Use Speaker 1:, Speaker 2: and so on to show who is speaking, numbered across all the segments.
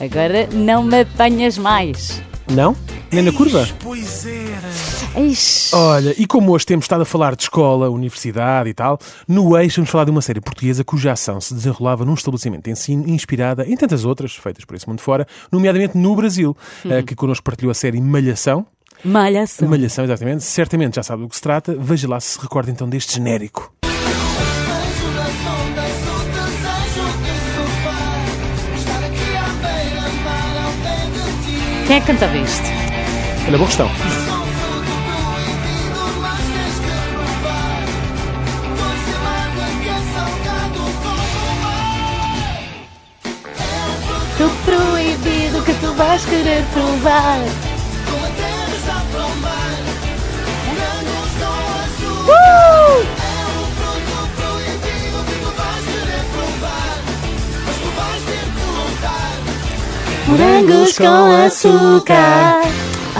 Speaker 1: Agora não me apanhas mais.
Speaker 2: Não? Nem na curva?
Speaker 3: Ixi, Pois era.
Speaker 1: Ixi.
Speaker 2: Olha, e como hoje temos estado a falar de escola, universidade e tal, no Eixo vamos falar de uma série portuguesa cuja ação se desenrolava num estabelecimento de ensino inspirada em tantas outras, feitas por esse mundo fora, nomeadamente no Brasil,
Speaker 3: Hum.
Speaker 2: eh, que connosco partilhou a série Malhação.
Speaker 1: Malhação.
Speaker 2: Malhação, exatamente. Certamente já sabe do que se trata. Veja lá se se recorda então deste genérico.
Speaker 4: Vejo nas ondas o desejo que isso faz. Estar aqui à beira-mar, ao pé de ti.
Speaker 1: Quem é que cantava isto?
Speaker 2: Olha, boa questão.
Speaker 4: Sou fruto proibido, mas tens que provar. Doce amarga que é salgado como o mar. É um fruto
Speaker 1: Tu proibido que tu vais querer provar.
Speaker 4: com a terra a promar. Morangos com azul. É um fruto proibido que tu vais querer provar. Mas tu vais ter que lutar.
Speaker 1: Morangos com açúcar.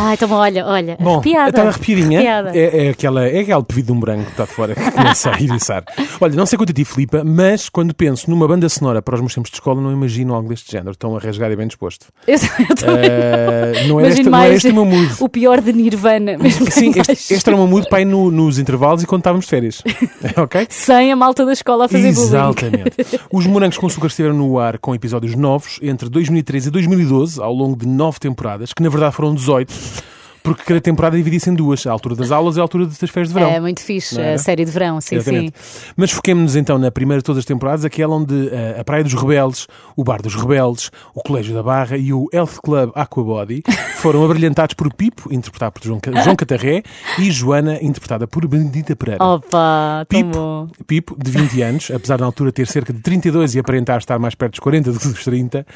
Speaker 1: Ah, então olha, olha,
Speaker 2: Bom,
Speaker 1: arrepiada.
Speaker 2: está arrepiadinha.
Speaker 1: Arrepiada.
Speaker 2: É, é, aquela, é aquele pedido de um branco que está de fora que começa a iriçar. Olha, não sei quanto a ti, Filipa, mas quando penso numa banda sonora para os meus tempos de escola, não imagino algo deste género. Estão a rasgar e bem disposto.
Speaker 1: Eu, eu também
Speaker 2: Eh, não,
Speaker 1: imagino
Speaker 2: era este, não era
Speaker 1: mais
Speaker 2: este o meu mood.
Speaker 1: o pior de Nirvana, mesmo
Speaker 2: Sim,
Speaker 1: que mais-
Speaker 2: este, este era o meu mood pai no- nos intervalos e quando estávamos de férias. ok?
Speaker 1: sem a malta da escola a fazer bullying.
Speaker 2: Exatamente. Os Morangos com Açúcar estiveram no ar com episódios novos entre 2013 e 2012, ao longo de nove temporadas, que na verdade foram 18, porque cada temporada dividia-se em duas, a altura das aulas e a altura das férias de verão.
Speaker 1: É muito fixe,
Speaker 2: Não era?
Speaker 1: a série de verão, sim, sim.
Speaker 2: Exatamente. Mas foquemos-nos então na primeira de todas as temporadas, aquela onde eh, a Praia dos Rebeldes, o Bar dos Rebeldes, o Colégio da Barra e o Health Club Aquabody foram abrilhantados por Pipo, interpretado por João, Ca- João Catarré, e Joana, interpretada por Benedita Pereira.
Speaker 1: Oh. Opa, tão bom.
Speaker 2: Pipo, Pipo, de 20 anos, apesar da altura ter cerca de 32 e aparentar estar mais perto dos 40 do que dos 30,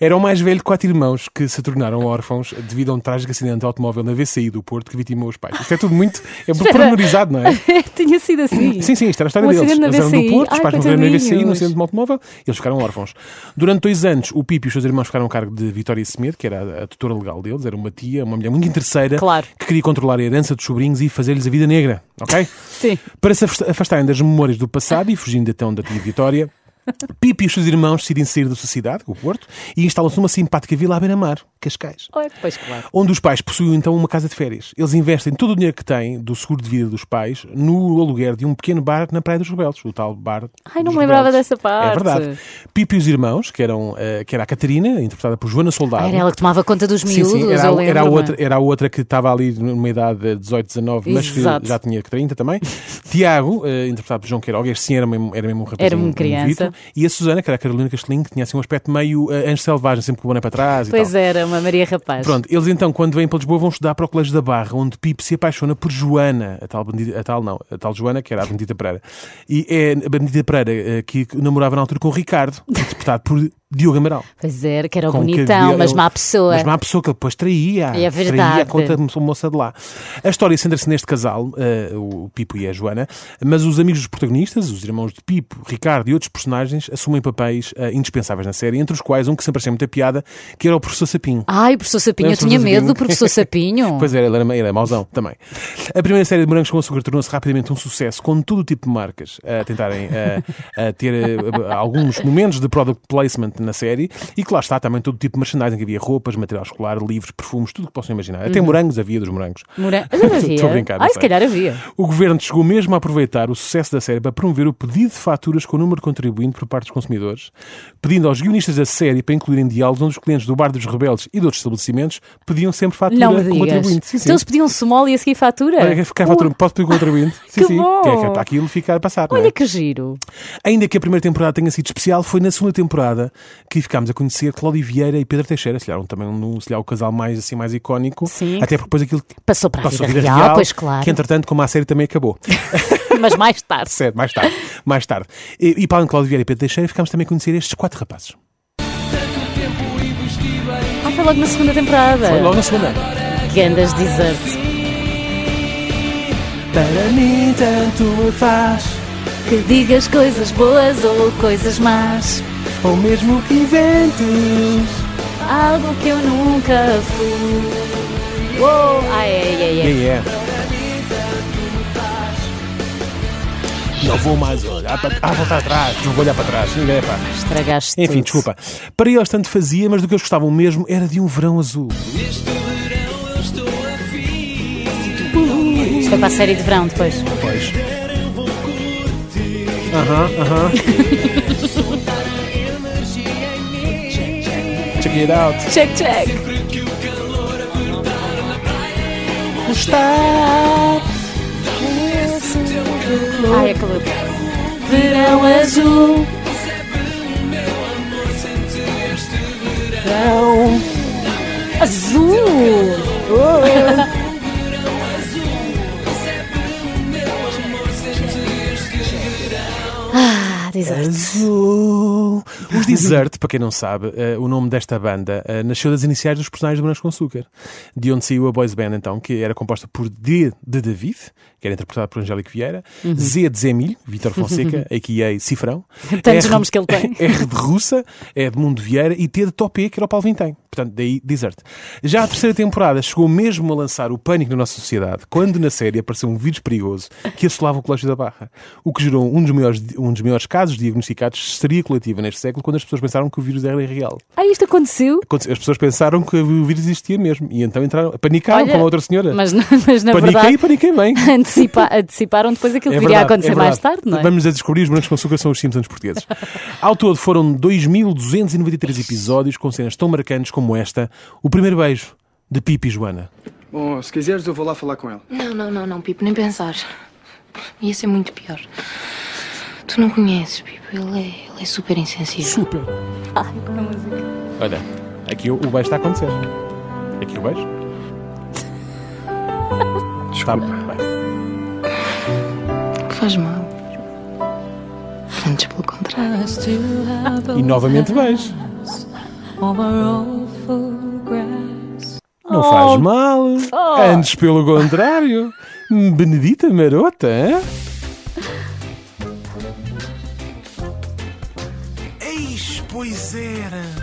Speaker 2: era o mais velho de quatro irmãos que se tornaram órfãos devido a um trágico acidente de automóvel na VCI do Porto que vitimou os pais. Isto é tudo muito, é muito pormenorizado, não é?
Speaker 1: Tinha sido assim.
Speaker 2: Sim, sim, isto era a história
Speaker 1: Um
Speaker 2: deles.
Speaker 1: acidente na
Speaker 2: Eles eram do
Speaker 1: VCI.
Speaker 2: Porto, os
Speaker 1: Ai,
Speaker 2: pais morreram na VCI, no
Speaker 1: coitadinhos.
Speaker 2: acidente de automóvel, e eles ficaram órfãos. Durante dois anos, o Pipo e os seus irmãos ficaram a cargo de Vitória Semedo, que era a- a tutora legal deles, era uma tia, uma mulher muito interesseira,
Speaker 1: Claro.
Speaker 2: que queria controlar a herança dos sobrinhos e fazer-lhes a vida negra, ok?
Speaker 1: Sim.
Speaker 2: Para se afast- afastarem das memórias do passado e fugindo então da tia Vitória, Pipo e os seus irmãos decidem sair da sociedade, o Porto, e instalam-se numa simpática vila à beira-mar, Cascais
Speaker 1: Oi, pois claro.
Speaker 2: onde os pais possuem então uma casa de férias. Eles investem todo o dinheiro que têm do seguro de vida dos pais no aluguer de um pequeno bar na Praia dos Rebeldes, o tal bar.
Speaker 1: Ai, não
Speaker 2: dos
Speaker 1: me lembrava
Speaker 2: Rebeldes.
Speaker 1: dessa parte.
Speaker 2: É verdade. Pipo e os irmãos, que, eram, eh, que era a Catarina, interpretada por Joana Soldado.
Speaker 1: Ah, Era ela que tomava conta dos
Speaker 2: Sim,
Speaker 1: miúdos,
Speaker 2: sim, era,
Speaker 1: eu
Speaker 2: a- era, a
Speaker 1: lembro-me.
Speaker 2: outra, então. era a outra que estava ali numa idade de 18, 19, mas que
Speaker 1: Exato.
Speaker 2: já tinha 30 também. Tiago, eh, interpretado por João Queiroga, este sim era mesmo, era mesmo um rapaz.
Speaker 1: Era uma criança.
Speaker 2: e a Susana, que era a Carolina Castelinho, que tinha assim um aspecto meio eh, anjo selvagem, sempre com o boné para trás e tal.
Speaker 1: Pois era, uma Maria Rapaz.
Speaker 2: Pronto, eles então, quando vêm para Lisboa, vão estudar para o Colégio da Barra, onde Pipo se apaixona por Joana, a tal, bendita, a tal não, a tal Joana, que era a Bendita Pereira. E é a Bendita Pereira eh, que namorava na altura com o Ricardo, interpretado por Diogo Amaral.
Speaker 1: Pois era, que era o
Speaker 2: Com que
Speaker 1: Oh, bonitão,
Speaker 2: ele-
Speaker 1: mas má pessoa.
Speaker 2: Mas má pessoa que ele depois traía.
Speaker 1: É
Speaker 2: Traía a
Speaker 1: verdade.
Speaker 2: conta de moça de lá. A história centra-se neste casal, eh, o Pipo e a Joana, mas os amigos dos protagonistas, os irmãos de Pipo, Ricardo e outros personagens, assumem papéis eh, indispensáveis na série, entre os quais um que sempre achei muita piada, que era o Professor Sapinho.
Speaker 1: Ai, professor Sapinho, eu
Speaker 2: Lembras do
Speaker 1: tinha
Speaker 2: professor
Speaker 1: medo do
Speaker 2: Sapinho?
Speaker 1: professor Sapinho.
Speaker 2: Pois era, ele era, ele era mauzão também. A primeira série de Morangos com Açúcar tornou-se rapidamente um sucesso, com todo o tipo de marcas a tentarem eh, a ter eh, alguns momentos de product placement na série e que lá está também todo o tipo de merchandising que havia roupas, material escolar, livros, perfumes, tudo o que possam imaginar.
Speaker 1: Uhum.
Speaker 2: Até morangos havia dos morangos.
Speaker 1: Moran- Mas não havia.
Speaker 2: Estou a brincar, não
Speaker 1: Ai,
Speaker 2: sei.
Speaker 1: se calhar havia.
Speaker 2: O governo chegou mesmo a aproveitar o sucesso da série para promover o pedido de faturas com o número contribuinte por parte dos consumidores, pedindo aos guionistas da série para incluírem diálogos onde os clientes do Bar dos Rebeldes e de outros estabelecimentos pediam sempre fatura
Speaker 1: Não me
Speaker 2: com
Speaker 1: digas.
Speaker 2: contribuinte. Sim, sim.
Speaker 1: Então eles pediam small e a seguir fatura?
Speaker 2: Olha, que ficava
Speaker 1: Ui,
Speaker 2: outro- pode pedir com outro wind. Sim,
Speaker 1: Que
Speaker 2: sim.
Speaker 1: bom.
Speaker 2: Que é que é para aquilo ficar a passar. não é?
Speaker 1: Olha que giro.
Speaker 2: Ainda que a primeira temporada tenha sido especial, foi na segunda temporada que ficámos a conhecer Cláudio Vieira e Pedro Teixeira. Se calhar, um- também um, se calhar, o casal mais, assim, mais icónico.
Speaker 1: Sim.
Speaker 2: Até porque depois aquilo
Speaker 1: Passou para a
Speaker 2: passou a
Speaker 1: vida,
Speaker 2: vida
Speaker 1: real,
Speaker 2: real.
Speaker 1: pois claro.
Speaker 2: Que entretanto, como a série também acabou.
Speaker 1: Mas mais tarde.
Speaker 2: Certo, mais tarde. Mais tarde. E, e para além de Cláudio Vieira e Pedro Teixeira, ficámos também a conhecer estes quatro rapazes.
Speaker 1: Ah, foi logo na segunda temporada.
Speaker 2: Foi logo na segunda.
Speaker 1: Gandas Desert.
Speaker 2: Para mim, tanto me faz.
Speaker 1: Que digas coisas boas ou coisas más.
Speaker 2: Ou mesmo que inventes.
Speaker 1: Algo que eu nunca fui.
Speaker 2: é?
Speaker 1: Uou! Ai, ai, ai, ai.
Speaker 2: Yeah, yeah. Não vou mais olhar para ah, voltar atrás, não vou olhar para trás. Epá.
Speaker 1: Estragaste
Speaker 2: Enfim,
Speaker 1: tudo.
Speaker 2: desculpa. Para eles tanto fazia, mas do que eles gostavam mesmo era de um verão azul.
Speaker 4: Neste verão eu estou afim.
Speaker 1: Isto foi para a série de verão depois.
Speaker 2: Pois.
Speaker 4: Eu vou curtir.
Speaker 2: Aham, aham.
Speaker 4: Energia em mim.
Speaker 2: Check it out.
Speaker 1: Check, check.
Speaker 4: Sempre que o calor apertar na praia.
Speaker 1: Ai, é calor. Verão azul. Azul! Oh. Ah, deserto.
Speaker 2: Azul. Os Desert, para quem não sabe, eh, o nome desta banda eh, nasceu das iniciais dos personagens do Brancos com Açúcar, de onde saiu a boys band então, que era composta por D de David, que era interpretado por Angélico Vieira, Z de Zé Milho, Vítor Fonseca, a.k.a. Cifrão,
Speaker 1: Tantos nomes que ele tem.
Speaker 2: R de Russa, E de Mundo Vieira e T de Topé, que era o Paulo Vintém. Portanto, daí Desert. Já a terceira temporada chegou mesmo a lançar o pânico na nossa sociedade, quando na série apareceu um vírus perigoso que assolava o Colégio da Barra, o que gerou um dos maiores, um dos maiores casos diagnosticados de histeria coletiva neste século, quando as pessoas pensaram que o vírus era real.
Speaker 1: Ah, isto aconteceu?
Speaker 2: Quando As pessoas pensaram que o vírus existia mesmo e então entraram, panicaram
Speaker 1: Olha,
Speaker 2: com a outra senhora.
Speaker 1: Mas, na- mas na
Speaker 2: paniquei
Speaker 1: verdade,
Speaker 2: e paniquei bem.
Speaker 1: antecipa- anteciparam depois aquilo que viria a
Speaker 2: verdade,
Speaker 1: acontecer
Speaker 2: é
Speaker 1: mais
Speaker 2: verdade.
Speaker 1: tarde, não é?
Speaker 2: Vamos a descobrir os brancos com açúcar são os Simpsons portugueses. Ao todo foram 2.293 episódios com cenas tão marcantes como esta. O primeiro beijo de Pipi e Joana.
Speaker 3: Bom, se quiseres eu vou lá falar com ela.
Speaker 5: Não, não, não, não, Pipo, nem pensar. Ia ser muito pior. Tu não conheces, Pipo, ele é, ele é super insensível.
Speaker 2: Super. Olha, aqui o, o beijo está a acontecer. Aqui o beijo. Desculpa.
Speaker 5: Faz mal. Antes, pelo contrário.
Speaker 2: e novamente beijo. Não faz mal. Antes, pelo contrário. Benedita Marota, hein? Eis, pois era.